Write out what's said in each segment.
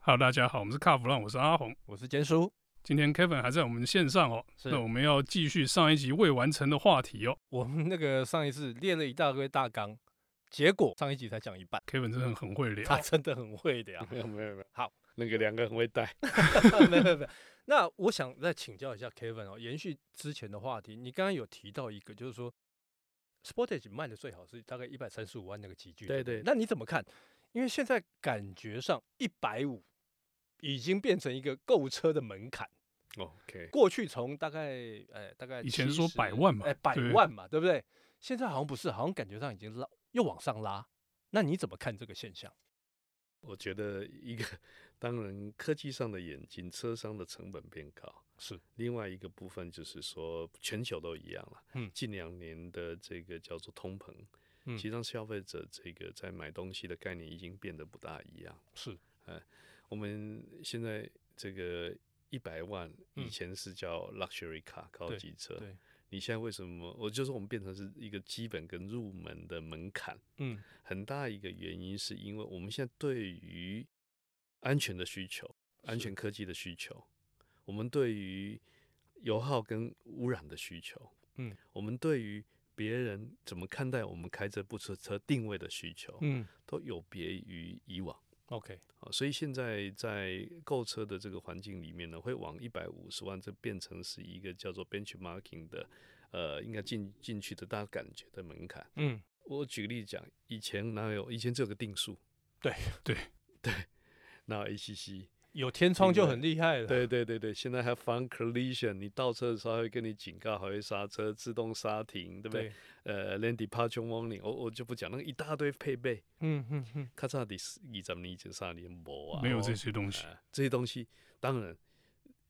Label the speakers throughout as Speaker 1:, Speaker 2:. Speaker 1: Hello，大家好，我们是卡弗朗，我是阿红。
Speaker 2: 我是坚叔。
Speaker 1: 今天 Kevin 还在我们线上哦，
Speaker 2: 是
Speaker 1: 那我们要继续上一集未完成的话题哦。
Speaker 2: 我们那个上一次列了一大堆大纲，结果上一集才讲一半，
Speaker 1: Kevin 真的很会聊，
Speaker 2: 他真的很会的呀
Speaker 3: 。没有没有没有，
Speaker 2: 好，
Speaker 3: 那个两个很会带，
Speaker 2: 没有没有没有。那我想再请教一下 Kevin 哦，延续之前的话题，你刚刚有提到一个，就是说 Sportage 卖的最好是大概一百三十五万那个集具。
Speaker 3: 对
Speaker 2: 不
Speaker 3: 对
Speaker 2: 那你怎么看？因为现在感觉上一百五已经变成一个购车的门槛。
Speaker 3: OK，
Speaker 2: 过去从大概呃大概
Speaker 1: 以前
Speaker 2: 70
Speaker 1: 说百万嘛
Speaker 2: 哎百
Speaker 1: 对
Speaker 2: 万嘛，对不对？现在好像不是，好像感觉上已经拉又往上拉。那你怎么看这个现象？
Speaker 3: 我觉得一个当然科技上的演进，车商的成本变高，
Speaker 2: 是
Speaker 3: 另外一个部分就是说全球都一样了，
Speaker 2: 嗯
Speaker 3: 近两年的这个叫做通膨，
Speaker 2: 嗯
Speaker 3: 其实让消费者这个在买东西的概念已经变得不大一样。
Speaker 2: 是，
Speaker 3: 我们现在这个一百万以前是叫 luxury car、高
Speaker 2: 嗯对
Speaker 3: 级车，
Speaker 2: 对，
Speaker 3: 你现在为什么？我就说我们变成是一个基本跟入门的门槛。
Speaker 2: 嗯
Speaker 3: 很大一个原因是因为我们现在对于安全的需求、安
Speaker 2: 是
Speaker 3: 全科技的需求，我们对于油耗跟污染的需求，
Speaker 2: 嗯，
Speaker 3: 我们对于别人怎么看待我们开这部车车定位的需求，
Speaker 2: 嗯
Speaker 3: 都有别于以往。
Speaker 2: ，OK，
Speaker 3: 啊，所以现在在购车的这个环境里面呢，会往一百五十万这变成是一个叫做 benchmarking 的，呃，应该进进去的大家感觉的门槛。
Speaker 2: 嗯
Speaker 3: 我举个例子讲，以前哪有？以前只有个定数，
Speaker 2: 对
Speaker 1: 对
Speaker 3: 对，哪有 ACC？
Speaker 2: 有天窗就
Speaker 3: 因为
Speaker 2: 很厉害了。
Speaker 3: 对对对对，现在还 Front Collision，你倒车的时候还会跟你警告，还会刹车、自动刹停，对不对？
Speaker 2: 对，
Speaker 3: 呃，Land Departure Warning，我我就不讲那个一大堆配备，
Speaker 2: 嗯嗯嗯，
Speaker 3: 咔嚓的是二十年前、三十年没啊，
Speaker 1: 没有这些东西。
Speaker 3: 啊这些东西当然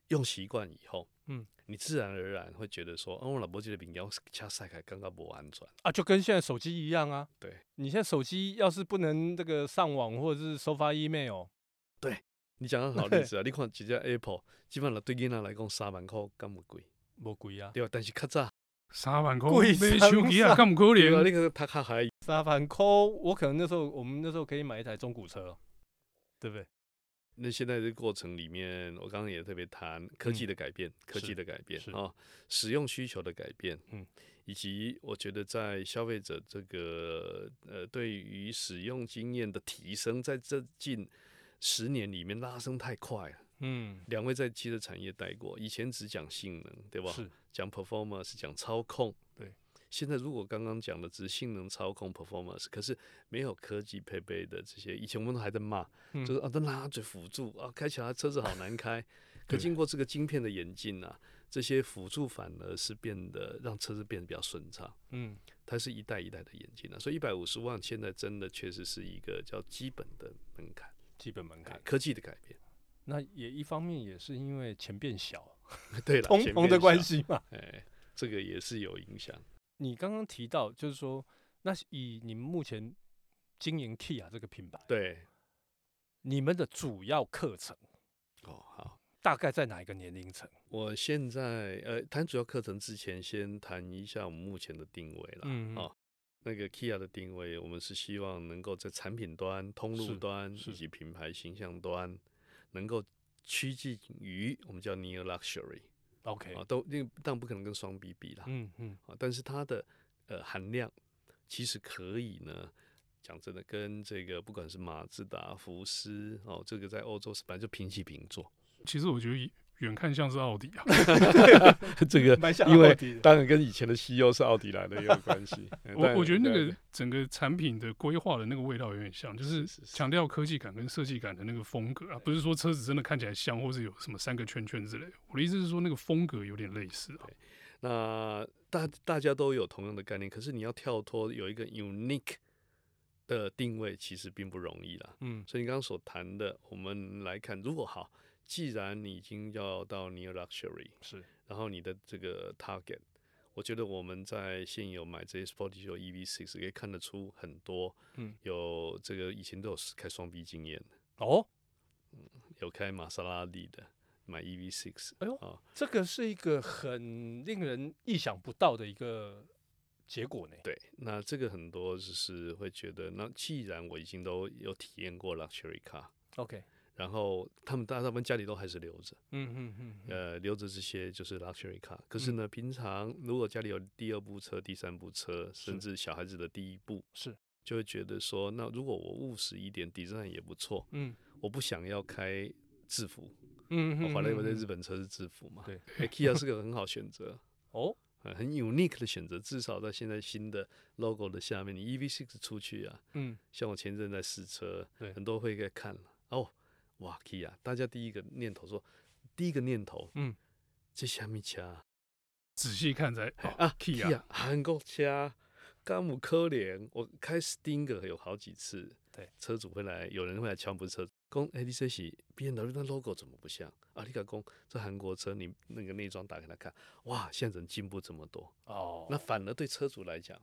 Speaker 3: 用习惯以后，
Speaker 2: 嗯，
Speaker 3: 你自然而然会觉得说，哦，我老婆这个饼要掐塞开，刚刚不安全。
Speaker 2: 啊，就跟现在手机一样啊。
Speaker 3: 对，
Speaker 2: 你现在手机要是不能这个上网或者是收发 email，
Speaker 3: 你讲的好例子啊，你看直接 Apple，基本上对囡仔来讲三万块咁么贵，
Speaker 2: 没贵啊，
Speaker 3: 对吧？但是较早，
Speaker 1: 三万块
Speaker 2: 贵
Speaker 1: 买
Speaker 2: 三
Speaker 1: 手机啊，
Speaker 2: 万
Speaker 1: 干不可
Speaker 3: 对啊，
Speaker 1: 怜。
Speaker 3: 那个他他还
Speaker 2: 沙盘抠，我可能那时候我们那时候可以买一台中古车，对不对？
Speaker 3: 那现在这个过程里面，我刚刚也特别谈科技的改变，科技
Speaker 2: 嗯是
Speaker 3: 的改变
Speaker 2: 是
Speaker 3: 啊、使用需求的改变，
Speaker 2: 嗯，
Speaker 3: 以及我觉得在消费者这个呃对于使用经验的提升，在这近十年里面拉升太快了。
Speaker 2: 嗯，
Speaker 3: 两位在汽车产业待过，以前只讲性能，对吧？
Speaker 2: 是，
Speaker 3: 讲 performance，讲操控。
Speaker 2: 对，
Speaker 3: 现在如果刚刚讲的只是性能操控 performance，可是没有科技配备的这些，以前我们都还在骂，
Speaker 2: 嗯
Speaker 3: 就是啊，那拉着辅助啊，开起来车子好难开。可
Speaker 1: 对
Speaker 3: 经过这个晶片的演进啊，这些辅助反而是变得让车子变得比较顺畅。
Speaker 2: 嗯，
Speaker 3: 它是一代一代的演进啊，所以一百五十万现在真的确实是一个叫基本的门槛，
Speaker 2: 基本门槛。
Speaker 3: 科技的改变。
Speaker 2: 那也一方面也是因为钱变小，
Speaker 3: 对了，
Speaker 2: 通
Speaker 3: 前
Speaker 2: 膨
Speaker 3: 面
Speaker 2: 的关
Speaker 3: 想，
Speaker 2: 系嘛。
Speaker 3: 哎，这个也是有影响。
Speaker 2: 你刚刚提到，就是说，那是以你们目前经营 Kia 这个品牌，
Speaker 3: 对，
Speaker 2: 你们的主要课程
Speaker 3: 哦，好。
Speaker 2: 大概在哪一个年龄层？
Speaker 3: 我现在呃谈主要课程之前，先谈一下我们目前的定位啦。
Speaker 2: 嗯
Speaker 3: 哦那个 Kia 的定位，我们是希望能够在产品端、通路
Speaker 2: 是
Speaker 3: 端
Speaker 2: 是
Speaker 3: 以及品牌形象端，能够趋近于我们叫 Near Luxury
Speaker 2: ，OK，
Speaker 3: 啊，都那当然不可能跟双 B 比啦，
Speaker 2: 哎嗯 嗯，
Speaker 3: 啊，但是它的呃含量其实可以呢。讲真的，跟这个不管是马自达、福斯哦，这个在欧洲是本来就平起平坐。
Speaker 1: 其实我觉得远看像是奥迪啊，。
Speaker 3: 这个
Speaker 2: 蛮像
Speaker 3: 因为
Speaker 2: 奥迪的，
Speaker 3: 当然跟以前的西优是奥迪来的也有关 系哎
Speaker 1: 我我觉得那个整个产品的规划的那个味道有点像，就是
Speaker 3: 是是
Speaker 1: 强调科技感跟设计感的那个风格啊，不是说车子真的看起来像，或是有什么三个圈圈之类的。我的意思是说，那个风格有点类似啊。
Speaker 3: 那大大家都有同样的概念，可是你要跳脱有一个 unique 的定位，其实并不容易啦。
Speaker 2: 嗯
Speaker 3: 所以你刚刚所谈的，我们来看，如果好，既然你已经要到 near luxury，
Speaker 2: 是，
Speaker 3: 然后你的这个 target，我觉得我们在现有买这些 Sportage E EV6 可以看得出很多，
Speaker 2: 嗯，
Speaker 3: 有这个以前都有开双 B 经验的。
Speaker 2: 哦，
Speaker 3: 有开玛莎拉蒂的，买 E EV 6
Speaker 2: 哎呦
Speaker 3: 啊，
Speaker 2: 这个是一个很令人意想不到的一个结果呢。
Speaker 3: 对，那这个很多就是会觉得，那既然我已经都有体验过 luxury car，
Speaker 2: OK，
Speaker 3: 然后他们大大部分家里都还是留着，
Speaker 2: 嗯嗯嗯嗯，
Speaker 3: 呃，留着这些就是 luxury car。可是呢，平常如果家里有第二部车、第三部车，甚至小孩子的第一部，
Speaker 2: 是，
Speaker 3: 就会觉得说，那如果我务实一点，design 也不错，
Speaker 2: 嗯
Speaker 3: 我不想要开制服，
Speaker 2: 嗯
Speaker 3: 我
Speaker 2: 嗯，
Speaker 3: 华莱
Speaker 2: 嗯
Speaker 3: 坞在
Speaker 2: 嗯
Speaker 3: 日本车是制服嘛，
Speaker 2: 对
Speaker 3: 哎，Kia 是个很好选择。
Speaker 2: 哦，
Speaker 3: 呃很 unique 的选择，至少在现在新的 logo 的下面，你 EV6 出去啊，
Speaker 2: 嗯
Speaker 3: 像我前一阵在试车，
Speaker 2: 对
Speaker 3: 很多会在看了哦，哇 Kia，大家第一个念头说，第一个念头，
Speaker 2: 嗯，
Speaker 3: 这下面车啊
Speaker 1: 仔细看才
Speaker 3: 嘿
Speaker 1: 哦
Speaker 3: 啊
Speaker 1: Kia
Speaker 3: 韩国车，干姆可怜，我开 Stinger 有好几次，
Speaker 2: 对，
Speaker 3: 车主会来，有人会来敲门车，讲哎，你这是 B N W 那 logo 怎么不像啊？你讲这韩国车，你那个内装打开来看，哇，现在人进步这么多，
Speaker 2: 哦，
Speaker 3: 那反而对车主来讲，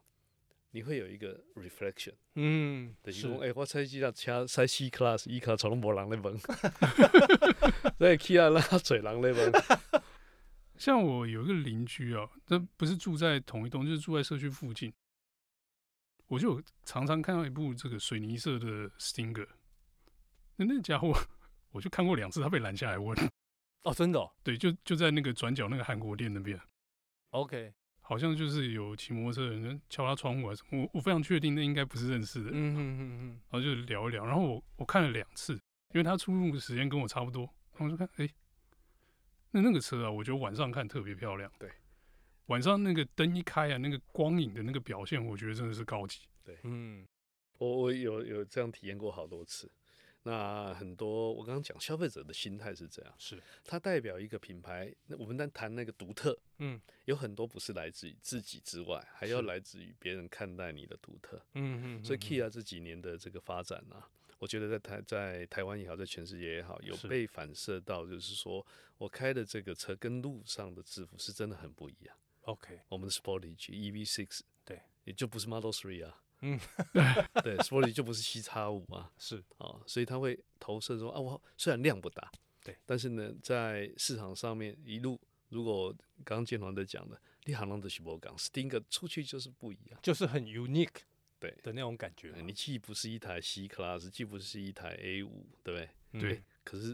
Speaker 3: 你会有一个 reflection，
Speaker 2: 嗯
Speaker 3: 就是
Speaker 2: 是
Speaker 3: 讲，哎、我猜这辆车塞 C class、E class 从来没人来 问，所以 Kia 拉嘴人来问，
Speaker 1: 像我有一个邻居哦，这不是住在同一栋，就是住在社区附近。我就有常常看到一部这个水泥色的 Stinger，那那家伙我就看过两次，他被拦下来问。
Speaker 2: 哦，真的哦
Speaker 1: 对，就就在那个转角那个韩国店那边，
Speaker 2: ，OK，
Speaker 1: 好像就是有骑摩托车的人敲他窗户啊还是什么，我我非常确定那应该不是认识的人。
Speaker 2: 嗯嗯嗯嗯，
Speaker 1: 然后就聊一聊，然后我我看了两次，因为他出入的时间跟我差不多，然后我就看，哎、那那个车啊，我觉得晚上看特别漂亮。
Speaker 3: 对，
Speaker 1: 晚上那个灯一开啊，那个光影的那个表现，我觉得真的是高级。
Speaker 2: 嗯
Speaker 3: 我我有有这样体验过好多次。那很多我刚刚讲消费者的心态是这样，
Speaker 2: 是，
Speaker 3: 它代表一个品牌。那我们在谈那个独特，
Speaker 2: 嗯
Speaker 3: 有很多不是来自于自己之外，还要
Speaker 2: 是
Speaker 3: 来自于别人看待你的独特。
Speaker 2: 嗯嗯，
Speaker 3: 所以
Speaker 2: 嗯
Speaker 3: Kia 这几年的这个发展啊，我觉得在台在台湾也好，在全世界也好，有
Speaker 2: 是
Speaker 3: 被反射到，就是说我开的这个车跟路上的制服是真的很不一样。
Speaker 2: OK，
Speaker 3: 我们的 Sportage EV6，
Speaker 2: 对，
Speaker 3: 也就不是 Model Three 啊，
Speaker 2: 嗯，
Speaker 3: 对，Sportage 就不是 C 叉五啊，
Speaker 2: 是，
Speaker 3: 啊，所以它会投射说啊，我虽然量不大，
Speaker 2: 对，
Speaker 3: 但是呢，在市场上面一路，如果刚刚建宏在讲的，你行浪的徐博港 Stinger 出去就是不一样，
Speaker 2: 就是很 unique
Speaker 3: 对。
Speaker 2: 的那种感觉
Speaker 3: 呃
Speaker 2: 嘛，
Speaker 3: 你既不是一台 C Class，既不是一台 A 五，对不对？
Speaker 2: 嗯
Speaker 1: 对，
Speaker 3: 可是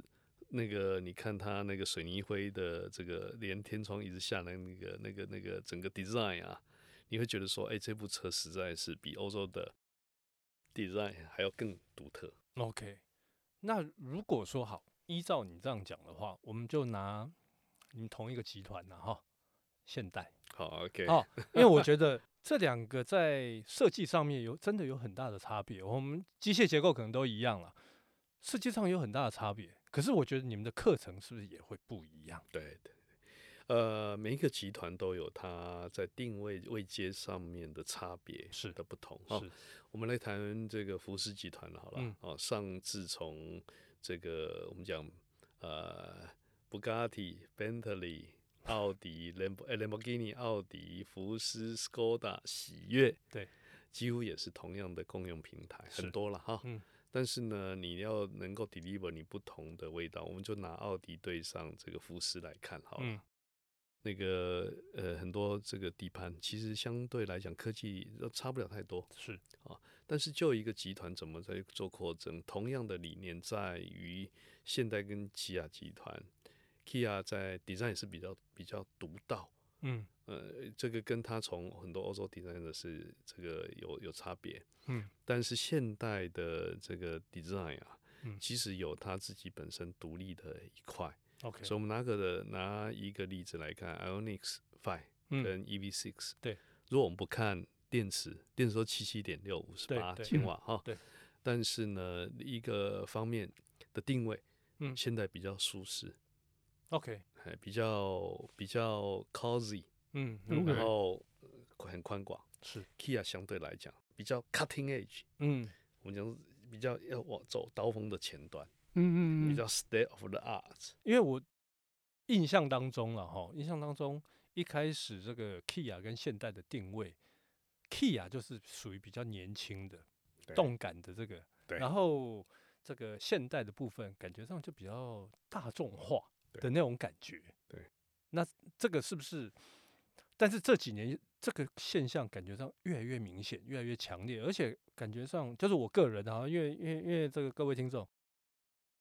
Speaker 3: 那个你看它那个水泥灰的这个连天窗一直下来，那个那个那个整个 design 啊，你会觉得说，哎、这部车实在是比欧洲的 design 还要更独特。
Speaker 2: OK，那如果说好，依照你这样讲的话，我们就拿你们同一个集团呐、哈，现代
Speaker 3: 好，OK，
Speaker 2: 哦，因为我觉得这两个在设计上面有真的有很大的差别。我们机械结构可能都一样了，设计上有很大的差别。可是我觉得你们的课程是不是也会不一样？
Speaker 3: 对对对，呃，每一个集团都有它在定位位阶上面的差别
Speaker 2: 是
Speaker 3: 的不同哦。
Speaker 2: 是，
Speaker 3: 我们来谈这个福斯集团好了。
Speaker 2: 嗯
Speaker 3: 哦，上自从这个我们讲呃，Bugatti、Bentley、奥迪、兰博、呃、兰博基尼、奥迪、福斯、Skoda、喜悦，
Speaker 2: 对，
Speaker 3: 几乎也是同样的共用平台，
Speaker 2: 是
Speaker 3: 很多了哈。
Speaker 2: 嗯。
Speaker 3: 但是呢，你要能够 deliver 你不同的味道，我们就拿奥迪对上这个福斯来看好了。
Speaker 2: 嗯
Speaker 3: 那个呃，很多这个底盘其实相对来讲科技都差不了太多，
Speaker 2: 是
Speaker 3: 但是就一个集团怎么在做扩增，同样的理念在于现代跟起亚集团，Kia 在 design 也是比较比较独到，
Speaker 2: 嗯
Speaker 3: 呃，这个跟它从很多欧洲 design 的是这个有有差别，
Speaker 2: 嗯
Speaker 3: 但是现代的这个 design 啊
Speaker 2: 嗯，
Speaker 3: 其实有它自己本身独立的一块，
Speaker 2: ，OK，
Speaker 3: 所以我们拿个的拿一个例子来看，Ionics Five
Speaker 2: 嗯
Speaker 3: 跟 EV6，、
Speaker 2: 对，如
Speaker 3: 如果我们不看电池，电池都七七点六五十八
Speaker 2: 对
Speaker 3: 千瓦哈，
Speaker 2: 对，
Speaker 3: 但是呢，一个方面的定位，
Speaker 2: 嗯
Speaker 3: 现在比较舒适，
Speaker 2: ，OK，
Speaker 3: 哎，比较比较 cozy，
Speaker 2: 嗯
Speaker 1: 如果
Speaker 2: 嗯
Speaker 3: 然后呃很宽广。
Speaker 2: 是，
Speaker 3: Kia 相对来讲比较 cutting edge，
Speaker 2: 嗯
Speaker 3: 我们讲比较要往走刀锋的前端，
Speaker 1: 嗯嗯
Speaker 3: 比
Speaker 1: 嗯
Speaker 3: 较 state of the art，
Speaker 2: 因为我印象当中了哈，印象当中一开始这个 Kia 跟现代的定位，Kia 就是属于比较年轻的、
Speaker 3: 对
Speaker 2: 动感的这个，
Speaker 3: 对
Speaker 2: 然后这个现代的部分感觉上就比较大众化
Speaker 3: 对
Speaker 2: 的那种感觉。
Speaker 3: 对，
Speaker 2: 那这个是不是？但是这几年这个现象感觉上越来越明显，越来越强烈，而且感觉上就是我个人啊，因为因为因为这个各位听众，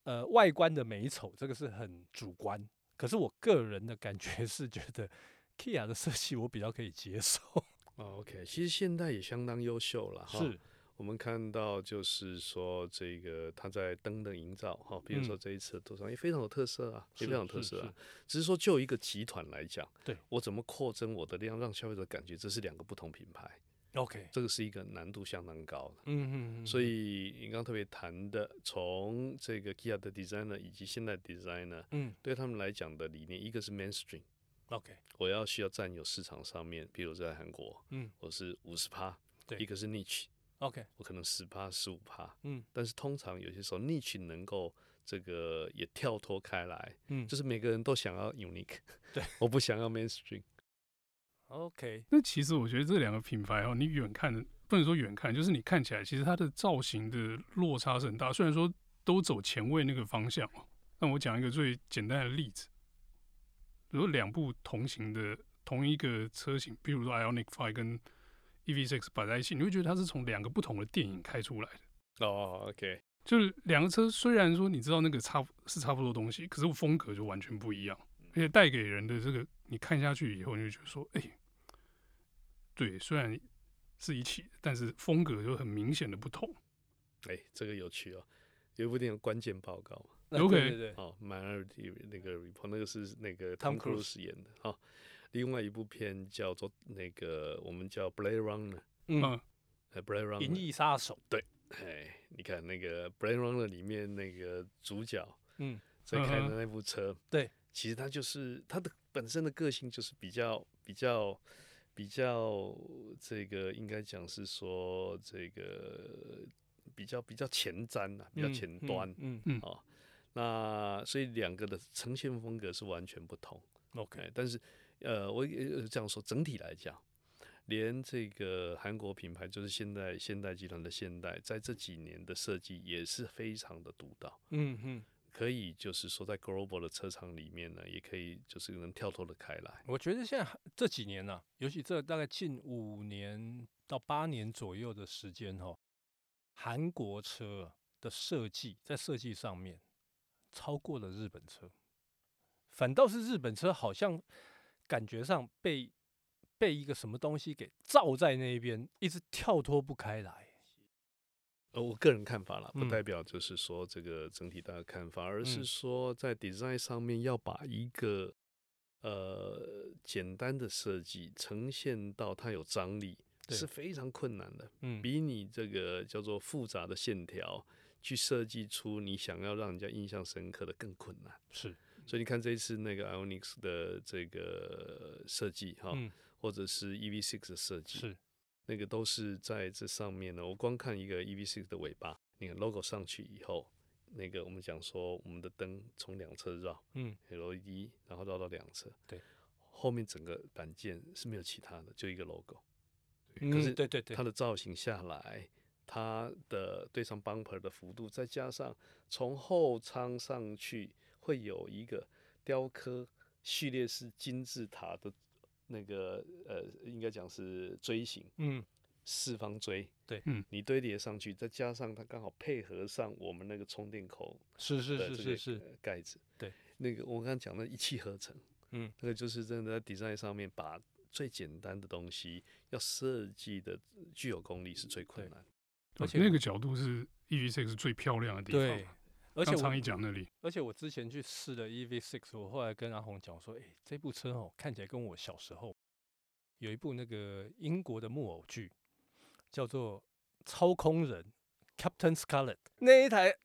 Speaker 2: 呃外观的美丑，这个是很主观。可是我个人的感觉是觉得 Kia 的设计我比较可以接受，
Speaker 3: 哦，OK，其实现代也相当优秀了啊哈。
Speaker 2: 是
Speaker 3: 我们看到就是说，这个它在灯的营造哈，比如说
Speaker 2: 嗯
Speaker 3: 这一次的涂上也非常有特色啊，也
Speaker 2: 是
Speaker 3: 非常有
Speaker 2: 是
Speaker 3: 特色啊
Speaker 2: 是。
Speaker 3: 只是说就一个集团来讲，
Speaker 2: 对
Speaker 3: 我怎么扩增我的量，让消费者感觉这是两个不同品牌，
Speaker 2: OK，
Speaker 3: 这个是一个难度相当高的。
Speaker 2: 嗯嗯，
Speaker 3: 所以你刚刚特别谈的，从这个 Kia 的 designer 以及现代 designer
Speaker 2: 嗯
Speaker 3: 对他们来讲的理念，一个是 mainstream，
Speaker 2: OK
Speaker 3: 我要需要占有市场上面，比如在韩国，
Speaker 2: 嗯
Speaker 3: 我是五十趴，
Speaker 2: 对
Speaker 3: 一个是 niche，
Speaker 2: OK
Speaker 3: 我可能十趴、十五趴，
Speaker 2: 嗯
Speaker 3: 但是通常有些时候 niche 能够这个也跳脱开来，
Speaker 2: 嗯，
Speaker 3: 就是是每个人都想要 unique，
Speaker 2: 对，
Speaker 3: 我不想要 mainstream，
Speaker 2: OK
Speaker 1: 那其实我觉得这两个品牌哦，你远看的不能说远看，就是你看起来其实它的造型的落差是很大。虽然说都走前卫那个方向哦，那我讲一个最简单的例子，如果两部同型的同一个车型，比如说 Ionic Five 跟 EV6 摆在一起，你会觉得它是从两个不同的电影开出来的。
Speaker 3: 哦，OK，
Speaker 1: 就是两个车虽然说你知道那个差不是差不多东西，可是风格就完全不一样，
Speaker 2: 嗯
Speaker 1: 而且带给人的这个你看下去以后，你就觉得说，哎、对，虽然是一起，但是风格就很明显的不同。
Speaker 3: 哎、这个有趣哦，有一部电影关键报告嘛，
Speaker 2: 那
Speaker 1: OK
Speaker 2: 对对对
Speaker 3: 哦，Minority 那个 Report，那个是那个
Speaker 2: Tom
Speaker 3: Tom Cruise 演的哈、哦，另外一部片叫做那个我们叫 Blade Runner，
Speaker 2: 嗯，
Speaker 1: 嗯，
Speaker 3: 呃，Blade
Speaker 2: 银
Speaker 3: Runner，
Speaker 2: 翼杀手
Speaker 3: 哎，你看那个 Blade Runner 里面那个主角，
Speaker 2: 嗯，
Speaker 3: 在开
Speaker 1: 嗯
Speaker 3: 的
Speaker 1: 哼
Speaker 3: 那部车，
Speaker 2: 对，
Speaker 3: 其实他就是他的本身的个性就是比较比较比较这个应该讲是说这个比较比较前瞻啊，比较
Speaker 2: 嗯
Speaker 3: 前
Speaker 2: 嗯
Speaker 3: 端、
Speaker 2: 嗯
Speaker 1: 嗯
Speaker 3: 哦。那所以两个的呈现风格是完全不同，
Speaker 2: OK
Speaker 3: 哎，但是呃，我也呃这样说，整体来讲，连这个韩国品牌就是现代现代集团的现代，在这几年的设计也是非常的独到。
Speaker 2: 嗯嗯，
Speaker 3: 可以就是说在 global 的车厂里面呢，也可以就是能跳脱的开来。
Speaker 2: 我觉得现在还这几年呢、尤其这大概近五年到八年左右的时间哦，韩国车啊的设计在设计上面超过了日本车，反倒是日本车好像感觉上被被一个什么东西给罩在那边，一直跳脱不开来。
Speaker 3: 呃，我个人看法啦，不
Speaker 2: 嗯
Speaker 3: 代表就是说这个整体大家看法，而是
Speaker 2: 嗯
Speaker 3: 说在 design 上面要把一个呃简单的设计呈现到它有张力，
Speaker 2: 对
Speaker 3: 是非常困难的，
Speaker 2: 嗯，
Speaker 3: 比你这个叫做复杂的线条去设计出你想要让人家印象深刻的更困难。
Speaker 2: 是，
Speaker 3: 所以你看这一次那个 Ionics 的这个设计哈，
Speaker 2: 嗯，
Speaker 3: 或者是 EV6 的设计，
Speaker 2: 是，
Speaker 3: 那个都是在这上面呢。我光看一个 EV6 的尾巴，你看 logo 上去以后，那个我们讲说我们的灯从两侧绕
Speaker 2: 嗯
Speaker 3: LED，然后绕到两侧，
Speaker 2: 对，
Speaker 3: 后面整个板件是没有其他的，就一个 logo。可是
Speaker 2: 嗯，对对对
Speaker 3: 它，的造型下来，它的对上 bumper 的幅度，再加上从后舱上去会有一个雕刻序列式金字塔的那个呃，应该讲是锥形
Speaker 2: 嗯
Speaker 3: 四方锥，
Speaker 2: 对
Speaker 1: 嗯，
Speaker 3: 你堆叠上去，再加上它刚好配合上我们那个充电口
Speaker 2: 是是
Speaker 3: 的
Speaker 2: 是
Speaker 3: 这
Speaker 2: 是
Speaker 3: 个
Speaker 2: 是，
Speaker 3: 呃盖子，
Speaker 2: 对，
Speaker 3: 那个我刚刚讲的一气呵成，
Speaker 2: 嗯，
Speaker 3: 那个就是真的在 design 上面把最简单的东西要设计的具有功力是最困
Speaker 2: 对
Speaker 3: 难的。
Speaker 1: 而
Speaker 2: 而
Speaker 1: 且
Speaker 2: 且
Speaker 1: 哦那
Speaker 2: 我
Speaker 1: 个角度是 EV6 最漂亮的地方。
Speaker 2: 对，，而且
Speaker 1: 刚
Speaker 2: 我
Speaker 1: 常一讲那里，
Speaker 2: 而且我之前去试了 EV6，我后来跟阿红讲说，哎、这部车哦，看起来跟我小时候有一部那个英国的木偶剧，叫做《操空人》（Captain Scarlet） 那一台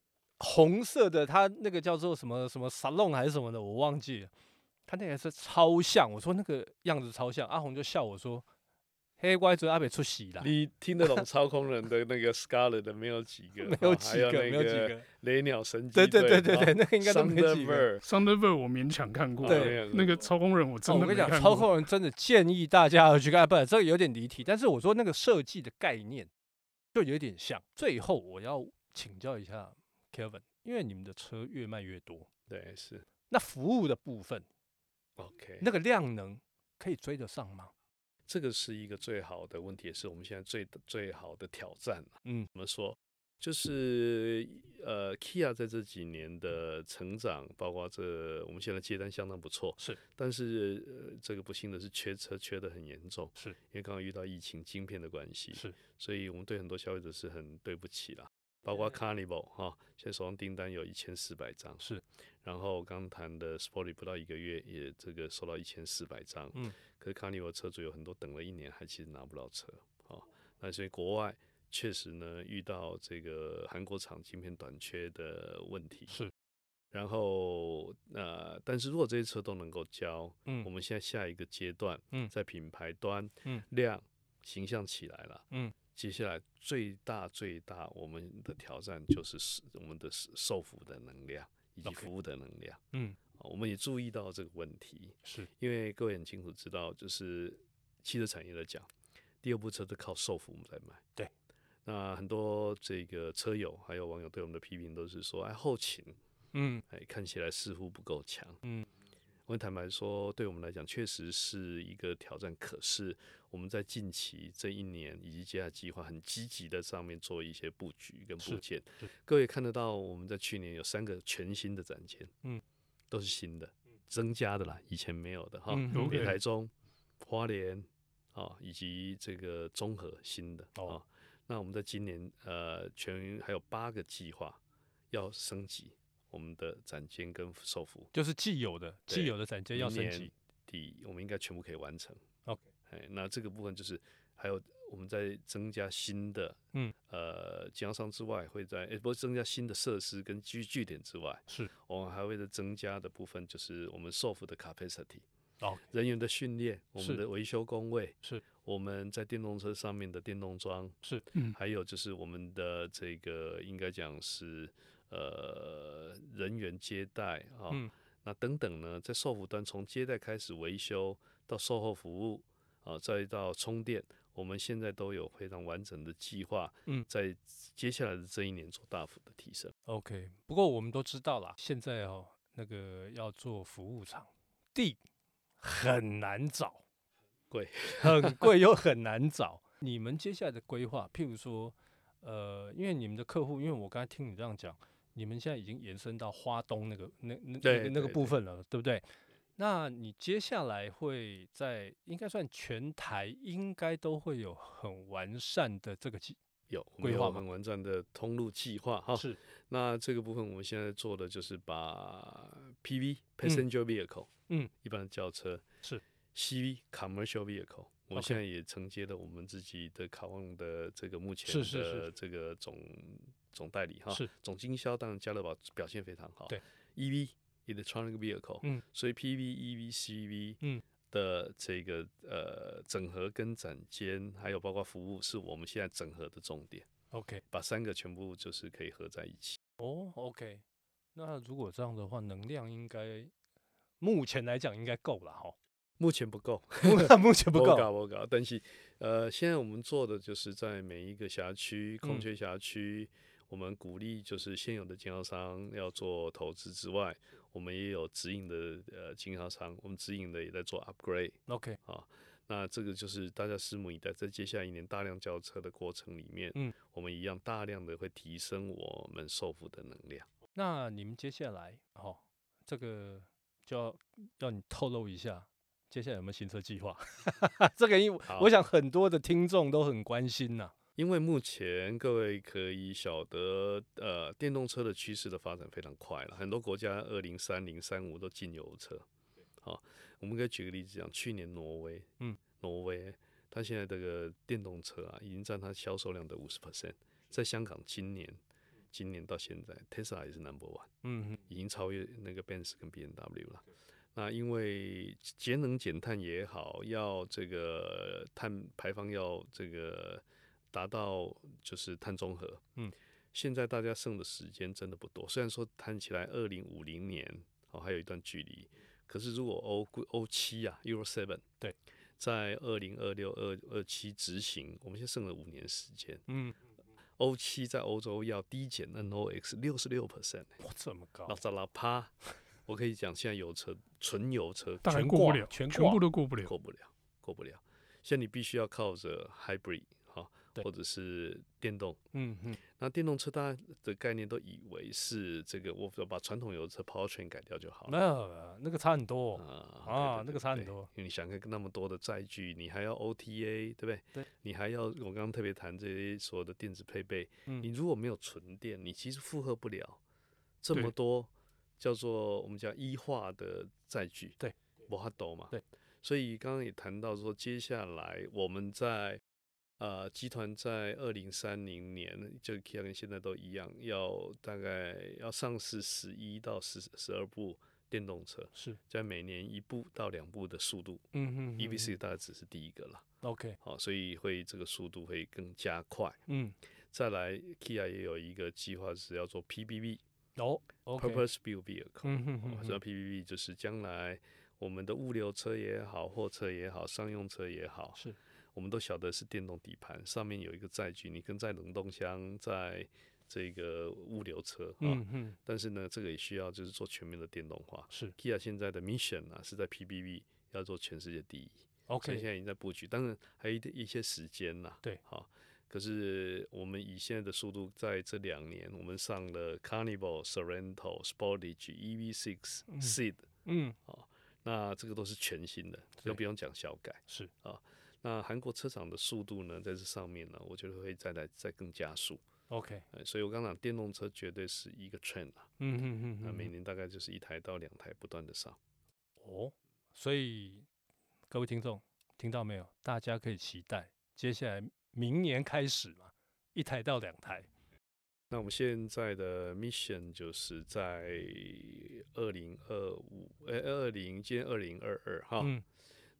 Speaker 2: 红色的，它那个叫做什么什么 Salon 还是什么的，我忘记了。他那台车超像，我说那个样子超像，阿红就笑我说：“嘿，乖，这阿北出席啦，
Speaker 3: 你听得懂操控人的那个 Scarlet 的没有几 个，
Speaker 2: 没有
Speaker 3: 哦
Speaker 2: 几个，
Speaker 3: 还有
Speaker 2: 没有
Speaker 3: 那
Speaker 2: 几
Speaker 3: 个
Speaker 2: 个。
Speaker 3: 雷鸟神”
Speaker 2: 对
Speaker 3: 机
Speaker 2: 对
Speaker 3: 队，
Speaker 2: 对啊对对，
Speaker 3: 哦
Speaker 2: 那个应该都没几个。
Speaker 3: Thunderbird，
Speaker 1: Thunderbird 我勉强看过，
Speaker 3: 对
Speaker 1: 那个超空人我
Speaker 2: 哦
Speaker 1: 真
Speaker 2: 我
Speaker 1: 的
Speaker 2: 跟
Speaker 1: 没
Speaker 2: 你讲，
Speaker 1: 看
Speaker 2: 操
Speaker 1: 过。
Speaker 2: 控人真的建议大家要去看，不，这个有点离题。但是我说那个设计的概念就有点像。最后我要请教一下 Kevin，因为你们的车越卖越多，
Speaker 3: 对是
Speaker 2: 那服务的部分
Speaker 3: OK。
Speaker 2: 那个量能可以追得上吗？
Speaker 3: 这个是一个最好的问题，也是我们现在最最好的挑战。啊
Speaker 2: 嗯，
Speaker 3: 怎么说？就是呃，Kia 在这几年的成长，包括这我们现在接单相当不错，
Speaker 2: 是，
Speaker 3: 但是、呃、这个不幸的是缺车缺的很严重，
Speaker 2: 是
Speaker 3: 因为刚好遇到疫情晶片的关系，
Speaker 2: 是，
Speaker 3: 所以我们对很多消费者是很对不起啦。包
Speaker 2: 呃
Speaker 3: 括 Carnival 哈、现在手上订单有一千四百张，
Speaker 2: 是，
Speaker 3: 然后刚谈的 Sporty 不到一个月也这个收到一千四百张，
Speaker 2: 嗯，
Speaker 3: 可是 Carnival 车主有很多等了一年还其实拿不到车，哦，那所以国外确实呢遇到这个韩国厂晶片短缺的问题，
Speaker 2: 是，
Speaker 3: 然后呃，但是如果这些车都能够交，
Speaker 2: 嗯
Speaker 3: 我们现在下一个阶段，
Speaker 2: 嗯
Speaker 3: 在品牌端，
Speaker 2: 嗯
Speaker 3: 量形象起来了，
Speaker 2: 嗯，
Speaker 3: 接下来最大最大我们的挑战就是是我们的是售服的能量以及
Speaker 2: OK
Speaker 3: 服务的能量。
Speaker 2: 嗯
Speaker 3: 啊我们也注意到这个问题，
Speaker 2: 是
Speaker 3: 因为各位很清楚知道，就是汽车产业来讲，第二部车都靠售服我们在卖。
Speaker 2: 对，
Speaker 3: 那很多这个车友还有网友对我们的批评都是说，哎，后勤
Speaker 2: 嗯
Speaker 3: 哎看起来似乎不够强。
Speaker 2: 嗯，
Speaker 3: 我坦白说，对我们来讲确实是一个挑战。可是我们在近期这一年以及接下来计划，很积极的上面做一些布局跟部
Speaker 2: 是
Speaker 3: 件
Speaker 2: 是。
Speaker 3: 各位看得到，我们在去年有三个全新的展间，
Speaker 2: 嗯，
Speaker 3: 都是新的，增加的啦，以前没有的哈。
Speaker 2: 嗯
Speaker 1: 有
Speaker 3: 北
Speaker 1: 给
Speaker 3: 台中、花莲啊、以及这个综合新的啊、
Speaker 2: 哦
Speaker 3: 那我们在今年呃，全还有八个计划要升级我们的展间跟售服。
Speaker 2: 就是既有的既
Speaker 3: 对
Speaker 2: 有的展间要
Speaker 3: 明
Speaker 2: 升
Speaker 3: 年
Speaker 2: 级，
Speaker 3: 第我们应该全部可以完成。
Speaker 2: OK
Speaker 3: 哎，那这个部分就是还有我们在增加新的，
Speaker 2: 嗯，
Speaker 3: 呃，经销商之外，会在、哎不是增加新的设施跟据据点之外，
Speaker 2: 是
Speaker 3: 我们还会再增加的部分就是我们售服的 capacity，
Speaker 2: 哦
Speaker 3: 人员的训练，我
Speaker 2: 是
Speaker 3: 们的维修工位，
Speaker 2: 是
Speaker 3: 我们在电动车上面的电动桩，
Speaker 2: 是
Speaker 1: 嗯
Speaker 3: 还有就是我们的这个应该讲是呃人员接待啊、
Speaker 2: 嗯
Speaker 3: 那等等呢，在售服端从接待开始维修到售后服务啊、再到充电，我们现在都有非常完整的计划，
Speaker 2: 嗯
Speaker 3: 在接下来的这一年做大幅的提升。
Speaker 2: OK，不过我们都知道啦，现在哦，那个要做服务厂，地很难找，
Speaker 3: 贵，
Speaker 2: 很贵又很难找。你们接下来的规划，譬如说，呃，因为你们的客户，因为我刚才听你这样讲，你们现在已经延伸到花东那个那那那个
Speaker 3: 对
Speaker 2: 那个
Speaker 3: 对
Speaker 2: 部
Speaker 3: 对
Speaker 2: 分了，对不对？那你接下来会在应该算全台应该都会有很完善的这个计
Speaker 3: 有我们
Speaker 2: 规划
Speaker 3: 有
Speaker 2: 吗
Speaker 3: 很完善的通路计划哈。
Speaker 2: 是
Speaker 3: 那这个部分我们现在做的就是把 PV passenger vehicle，
Speaker 2: 嗯，
Speaker 3: 一般的轿车
Speaker 2: 是
Speaker 3: CV commercial vehicle。我们
Speaker 2: OK
Speaker 3: 现在也承接了我们自己的卡旺的这个目前
Speaker 2: 是是是
Speaker 3: 的这个总总代理哈，
Speaker 2: 是
Speaker 3: 总经销，当然家乐宝表现非常好。
Speaker 2: 对
Speaker 3: EV electronic vehicle，
Speaker 2: 嗯，
Speaker 3: 所以 E PV、EV、CV，
Speaker 2: 嗯
Speaker 3: 的这个呃整合跟展间，还有包括服务，是我们现在整合的重点，
Speaker 2: OK。
Speaker 3: 把三个全部就是可以合在一起。
Speaker 2: 哦，OK，那如果这样的话，能量应该目前来讲应该够了哈。
Speaker 3: 目前不够，
Speaker 2: 目目前不
Speaker 3: 不
Speaker 2: 够，
Speaker 3: 搞不搞。但是，呃，现在我们做的就是在每一个辖区、空缺辖区，我们鼓励就是现有的经销商要做投资之外，我们也有直营的呃经销商，我们直营的也在做 upgrade。
Speaker 2: OK，
Speaker 3: 那这个就是大家拭目以待，在接下来一年大量交车的过程里面，
Speaker 2: 嗯，
Speaker 3: 我们一样大量的会提升我们售服的能量。
Speaker 2: 那你们接下来哦，这个就要要你透露一下，接下来有没有行车计划？ 这个因为我
Speaker 3: 好
Speaker 2: 想很多的听众都很关心呐、
Speaker 3: 因为目前各位可以晓得，呃，电动车的趋势的发展非常快了，很多国家二零三零、三五都禁油车。好、我们可以举个例子讲，去年挪威，
Speaker 2: 嗯，
Speaker 3: 挪威它现在这个电动车啊，已经占它销售量的五十 percent，在香港今年，今年到现在，Tesla 也是 number one。
Speaker 2: 嗯
Speaker 3: 已经超越那个 Benz 跟 B N W 了。那因为节能减碳也好，要这个碳排放要这个达到就是碳中和，
Speaker 2: 嗯，
Speaker 3: 现在大家剩的时间真的不多。虽然说看起来二零五零年哦还有一段距离，可是如果欧欧七啊 Euro Seven
Speaker 2: 对，
Speaker 3: 在二零二六二二七执行，我们现在剩了五年时间。
Speaker 2: 嗯，
Speaker 3: 欧七在欧洲要低减 NOx 六十六 percent。
Speaker 2: 哇，这么高
Speaker 3: 拉，扎拉趴，我可以讲，现在油车纯油车
Speaker 1: 当然
Speaker 2: 全
Speaker 1: 过
Speaker 2: 挂
Speaker 1: 不了，
Speaker 2: 全
Speaker 1: 全
Speaker 2: 挂
Speaker 1: 部都过不了。
Speaker 3: 过不了，过不了。现在你必须要靠着 hybrid 哈、
Speaker 2: 对
Speaker 3: 或者是电动。
Speaker 2: 嗯嗯，
Speaker 3: 那电动车大家的概念都以为是这个，我把传统油车 powertrain 改掉就好
Speaker 2: 那
Speaker 3: 了。
Speaker 2: 那个差很多、
Speaker 3: 啊
Speaker 2: 啊那个差很
Speaker 3: 对
Speaker 2: 多
Speaker 3: 因为你想看那么多的载具，你还要 OTA，对不对？
Speaker 2: 对，
Speaker 3: 你还要我刚刚特别谈这些所有的电子配备，
Speaker 2: 嗯
Speaker 3: 你如果没有纯电，你其实负荷不了这
Speaker 1: 对
Speaker 3: 么多叫做我们讲一化的载具，
Speaker 2: 对，
Speaker 3: 不哈斗嘛，
Speaker 2: 对。
Speaker 3: 所以刚刚也谈到说，接下来我们在呃集团在二零三零年，就 Kia 跟现在都一样，要大概要上市十一到十十二部电动车，
Speaker 2: 是，
Speaker 3: 在每年一部到两部的速度
Speaker 2: 嗯嗯
Speaker 3: ，EV，E c 大概只是第一个啦，
Speaker 2: OK，
Speaker 3: 好，所以会这个速度会更加快。
Speaker 2: 嗯，
Speaker 3: 再来，Kia 也有一个计划是要做 PBV
Speaker 2: 哦 OK，
Speaker 3: Purpose Built Vehicle）。
Speaker 2: 嗯哼
Speaker 3: 哦
Speaker 2: 哼，
Speaker 3: 知道
Speaker 2: 哼
Speaker 3: PBV 就是将来我们的物流车也好、货车也好、商用车也好，
Speaker 2: 是，
Speaker 3: 我们都晓得是电动底盘，上面有一个载具，你跟在冷冻箱，在这个物流车啊。
Speaker 2: 嗯嗯
Speaker 3: 但是呢，这个也需要就是做全面的电动化。
Speaker 2: 是
Speaker 3: Kia 现在的 mission 啊，是在 PBV 要做全世界第一。所以现
Speaker 2: OK，
Speaker 3: 在已经在布局，当然还有一一些时间啦。
Speaker 2: 对
Speaker 3: 好，可是我们以现在的速度，在这两年，我们上了 Carnival、Sorento、Sportage、EV6、
Speaker 2: 嗯
Speaker 3: Seed，
Speaker 2: 嗯
Speaker 3: 那这个都是全新的，
Speaker 2: 对
Speaker 3: 就不用讲小改。
Speaker 2: 是
Speaker 3: 那韩国车厂的速度呢，在这上面呢，我觉得会再来再更加速。
Speaker 2: OK，
Speaker 3: 呃所以我刚讲电动车绝对是一个 trend 啊，
Speaker 2: 嗯哼哼
Speaker 3: 那
Speaker 2: 哼
Speaker 3: 每
Speaker 2: 哼，
Speaker 3: 年大概就是一台到两台不断的上。
Speaker 2: 哦，所以各位听众听到没有？大家可以期待接下来明年开始嘛，一台到两台，
Speaker 3: 那我们现在的 mission 就是在二零二五，呃，二零今天二零二二哈，
Speaker 2: 嗯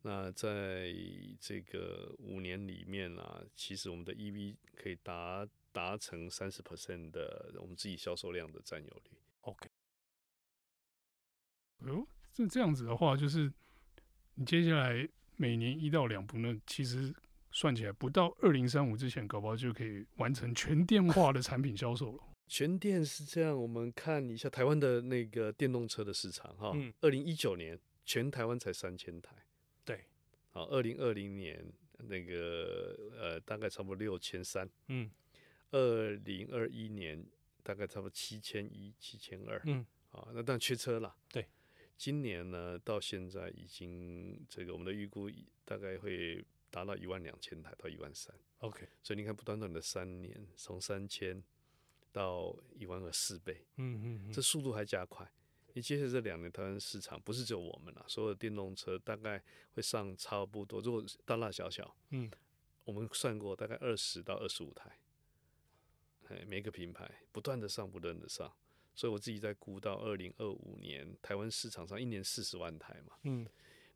Speaker 3: 那在这个五年里面啊，其实我们的 EV 可以达达成三十 percent 的我们自己销售量的占有率。
Speaker 2: OK，
Speaker 1: 哎呦，这这样子的话，就是你接下来每年一到两部，那其实算起来不到二零三五之前，搞不好就可以完成全电化的产品销售了。
Speaker 3: 全电是这样，我们看一下台湾的那个电动车的市场哈
Speaker 2: 嗯，
Speaker 3: 二零一九年全台湾才三千台，
Speaker 2: 对，
Speaker 3: 好，二零二零年那个呃大概差不多六千三。
Speaker 2: 嗯
Speaker 3: 二零二一年大概差不多七千一、七千二
Speaker 2: 嗯
Speaker 3: 啊，那当然缺车了。
Speaker 2: 对，
Speaker 3: 今年呢到现在已经这个我们的预估已大概会达到一万两千台到一万三，
Speaker 2: OK，
Speaker 3: 所以你看不短短的三年，从三千到一万二四倍，
Speaker 2: 嗯嗯，嗯
Speaker 3: 这速度还加快。你接下来这两年，台湾市场不是只有我们啦，所有的电动车大概会上差不多，如果是大大小小，
Speaker 2: 嗯
Speaker 3: 我们算过大概二十到二十五台，哎，每个品牌不断的上，不断的上，所以我自己在估到二零二五年台湾市场上一年四十万台嘛。
Speaker 2: 嗯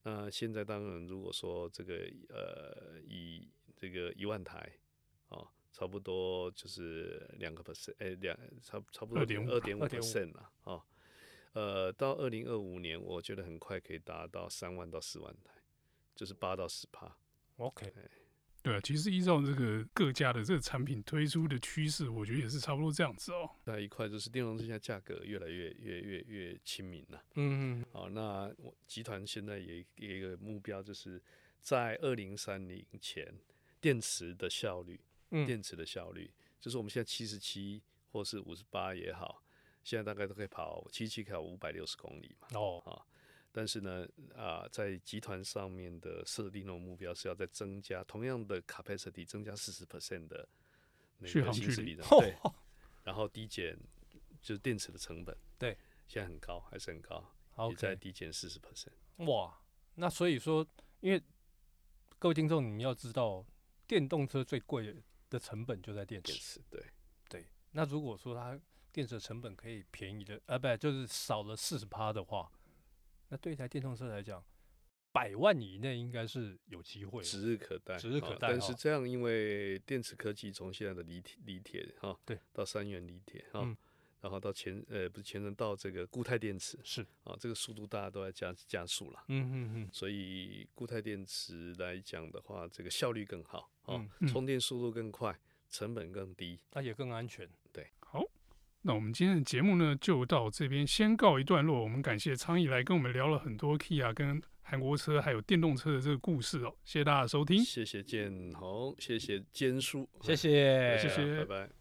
Speaker 3: 那现在当然如果说这个呃以这个一万台哦，差不多就是两个 percent，哎两差差不多
Speaker 1: 2.5
Speaker 3: 二点五
Speaker 2: 2.5
Speaker 3: percent 了哦。呃，到二零二五年，我觉得很快可以达到三万到四万台，就是八到十趴。
Speaker 2: OK，
Speaker 1: 对啊，其实依照这个各家的这个产品推出的趋势，我觉得也是差不多这样子哦。
Speaker 3: 那一块就是电动车现在价格越来越越越越亲民了、
Speaker 2: 嗯嗯
Speaker 3: 好，那我集团现在也也有一个目标，就是在二零三零前，电池的效率，
Speaker 2: 嗯
Speaker 3: 电池的效率，就是我们现在七十七或是五十八也好，现在大概都可以跑七七可以跑五百六十公里嘛。
Speaker 2: 哦
Speaker 3: 但是呢，啊、在集团上面的设定的目标是要再增加同样的 capacity，增加四十 percent 的那
Speaker 1: 续
Speaker 3: 个
Speaker 1: 航
Speaker 3: 行
Speaker 1: 距
Speaker 3: 驶
Speaker 1: 离
Speaker 3: 里程，对，
Speaker 2: 吼
Speaker 3: 然后低减就是电池的成本，
Speaker 2: 对，
Speaker 3: 现在很高，还是很高，也在
Speaker 2: ，OK，
Speaker 3: 低减四十 percent。
Speaker 2: 哇，那所以说，因为各位听众你们要知道，电动车最贵的成本就在电
Speaker 3: 电
Speaker 2: 池。
Speaker 3: 池，对，
Speaker 2: 对，那如果说它电池的成本可以便宜的，啊，不就是少了四十趴的话，那对一台电动车来讲，百万以内应该是有机会了。
Speaker 3: 指日可待，
Speaker 2: 指日
Speaker 3: 啊
Speaker 2: 可待
Speaker 3: 但是
Speaker 2: 哦
Speaker 3: 这样，因为电池科技从现在的锂铁、锂铁哈，
Speaker 2: 对，
Speaker 3: 到三元锂铁哈，
Speaker 2: 嗯
Speaker 3: 然后到前呃不是前程到这个固态电池
Speaker 2: 是，
Speaker 3: 啊，这个速度大家都在加加速了。
Speaker 2: 嗯嗯
Speaker 3: 所以固态电池来讲的话，这个效率更好，
Speaker 2: 嗯
Speaker 3: 哦，
Speaker 2: 嗯，
Speaker 1: 嗯
Speaker 3: 充电速度更快，成本更低。
Speaker 2: 那也更安全。
Speaker 1: 好，那我们今天的节目呢，就到这边先告一段落。我们感谢苍蝇来跟我们聊了很多 Kia 跟韩国车还有电动车的这个故事哦。谢谢大家的收听，
Speaker 3: 谢谢建宏，谢谢坚叔，
Speaker 2: 谢谢，
Speaker 1: 谢谢
Speaker 3: 拜拜。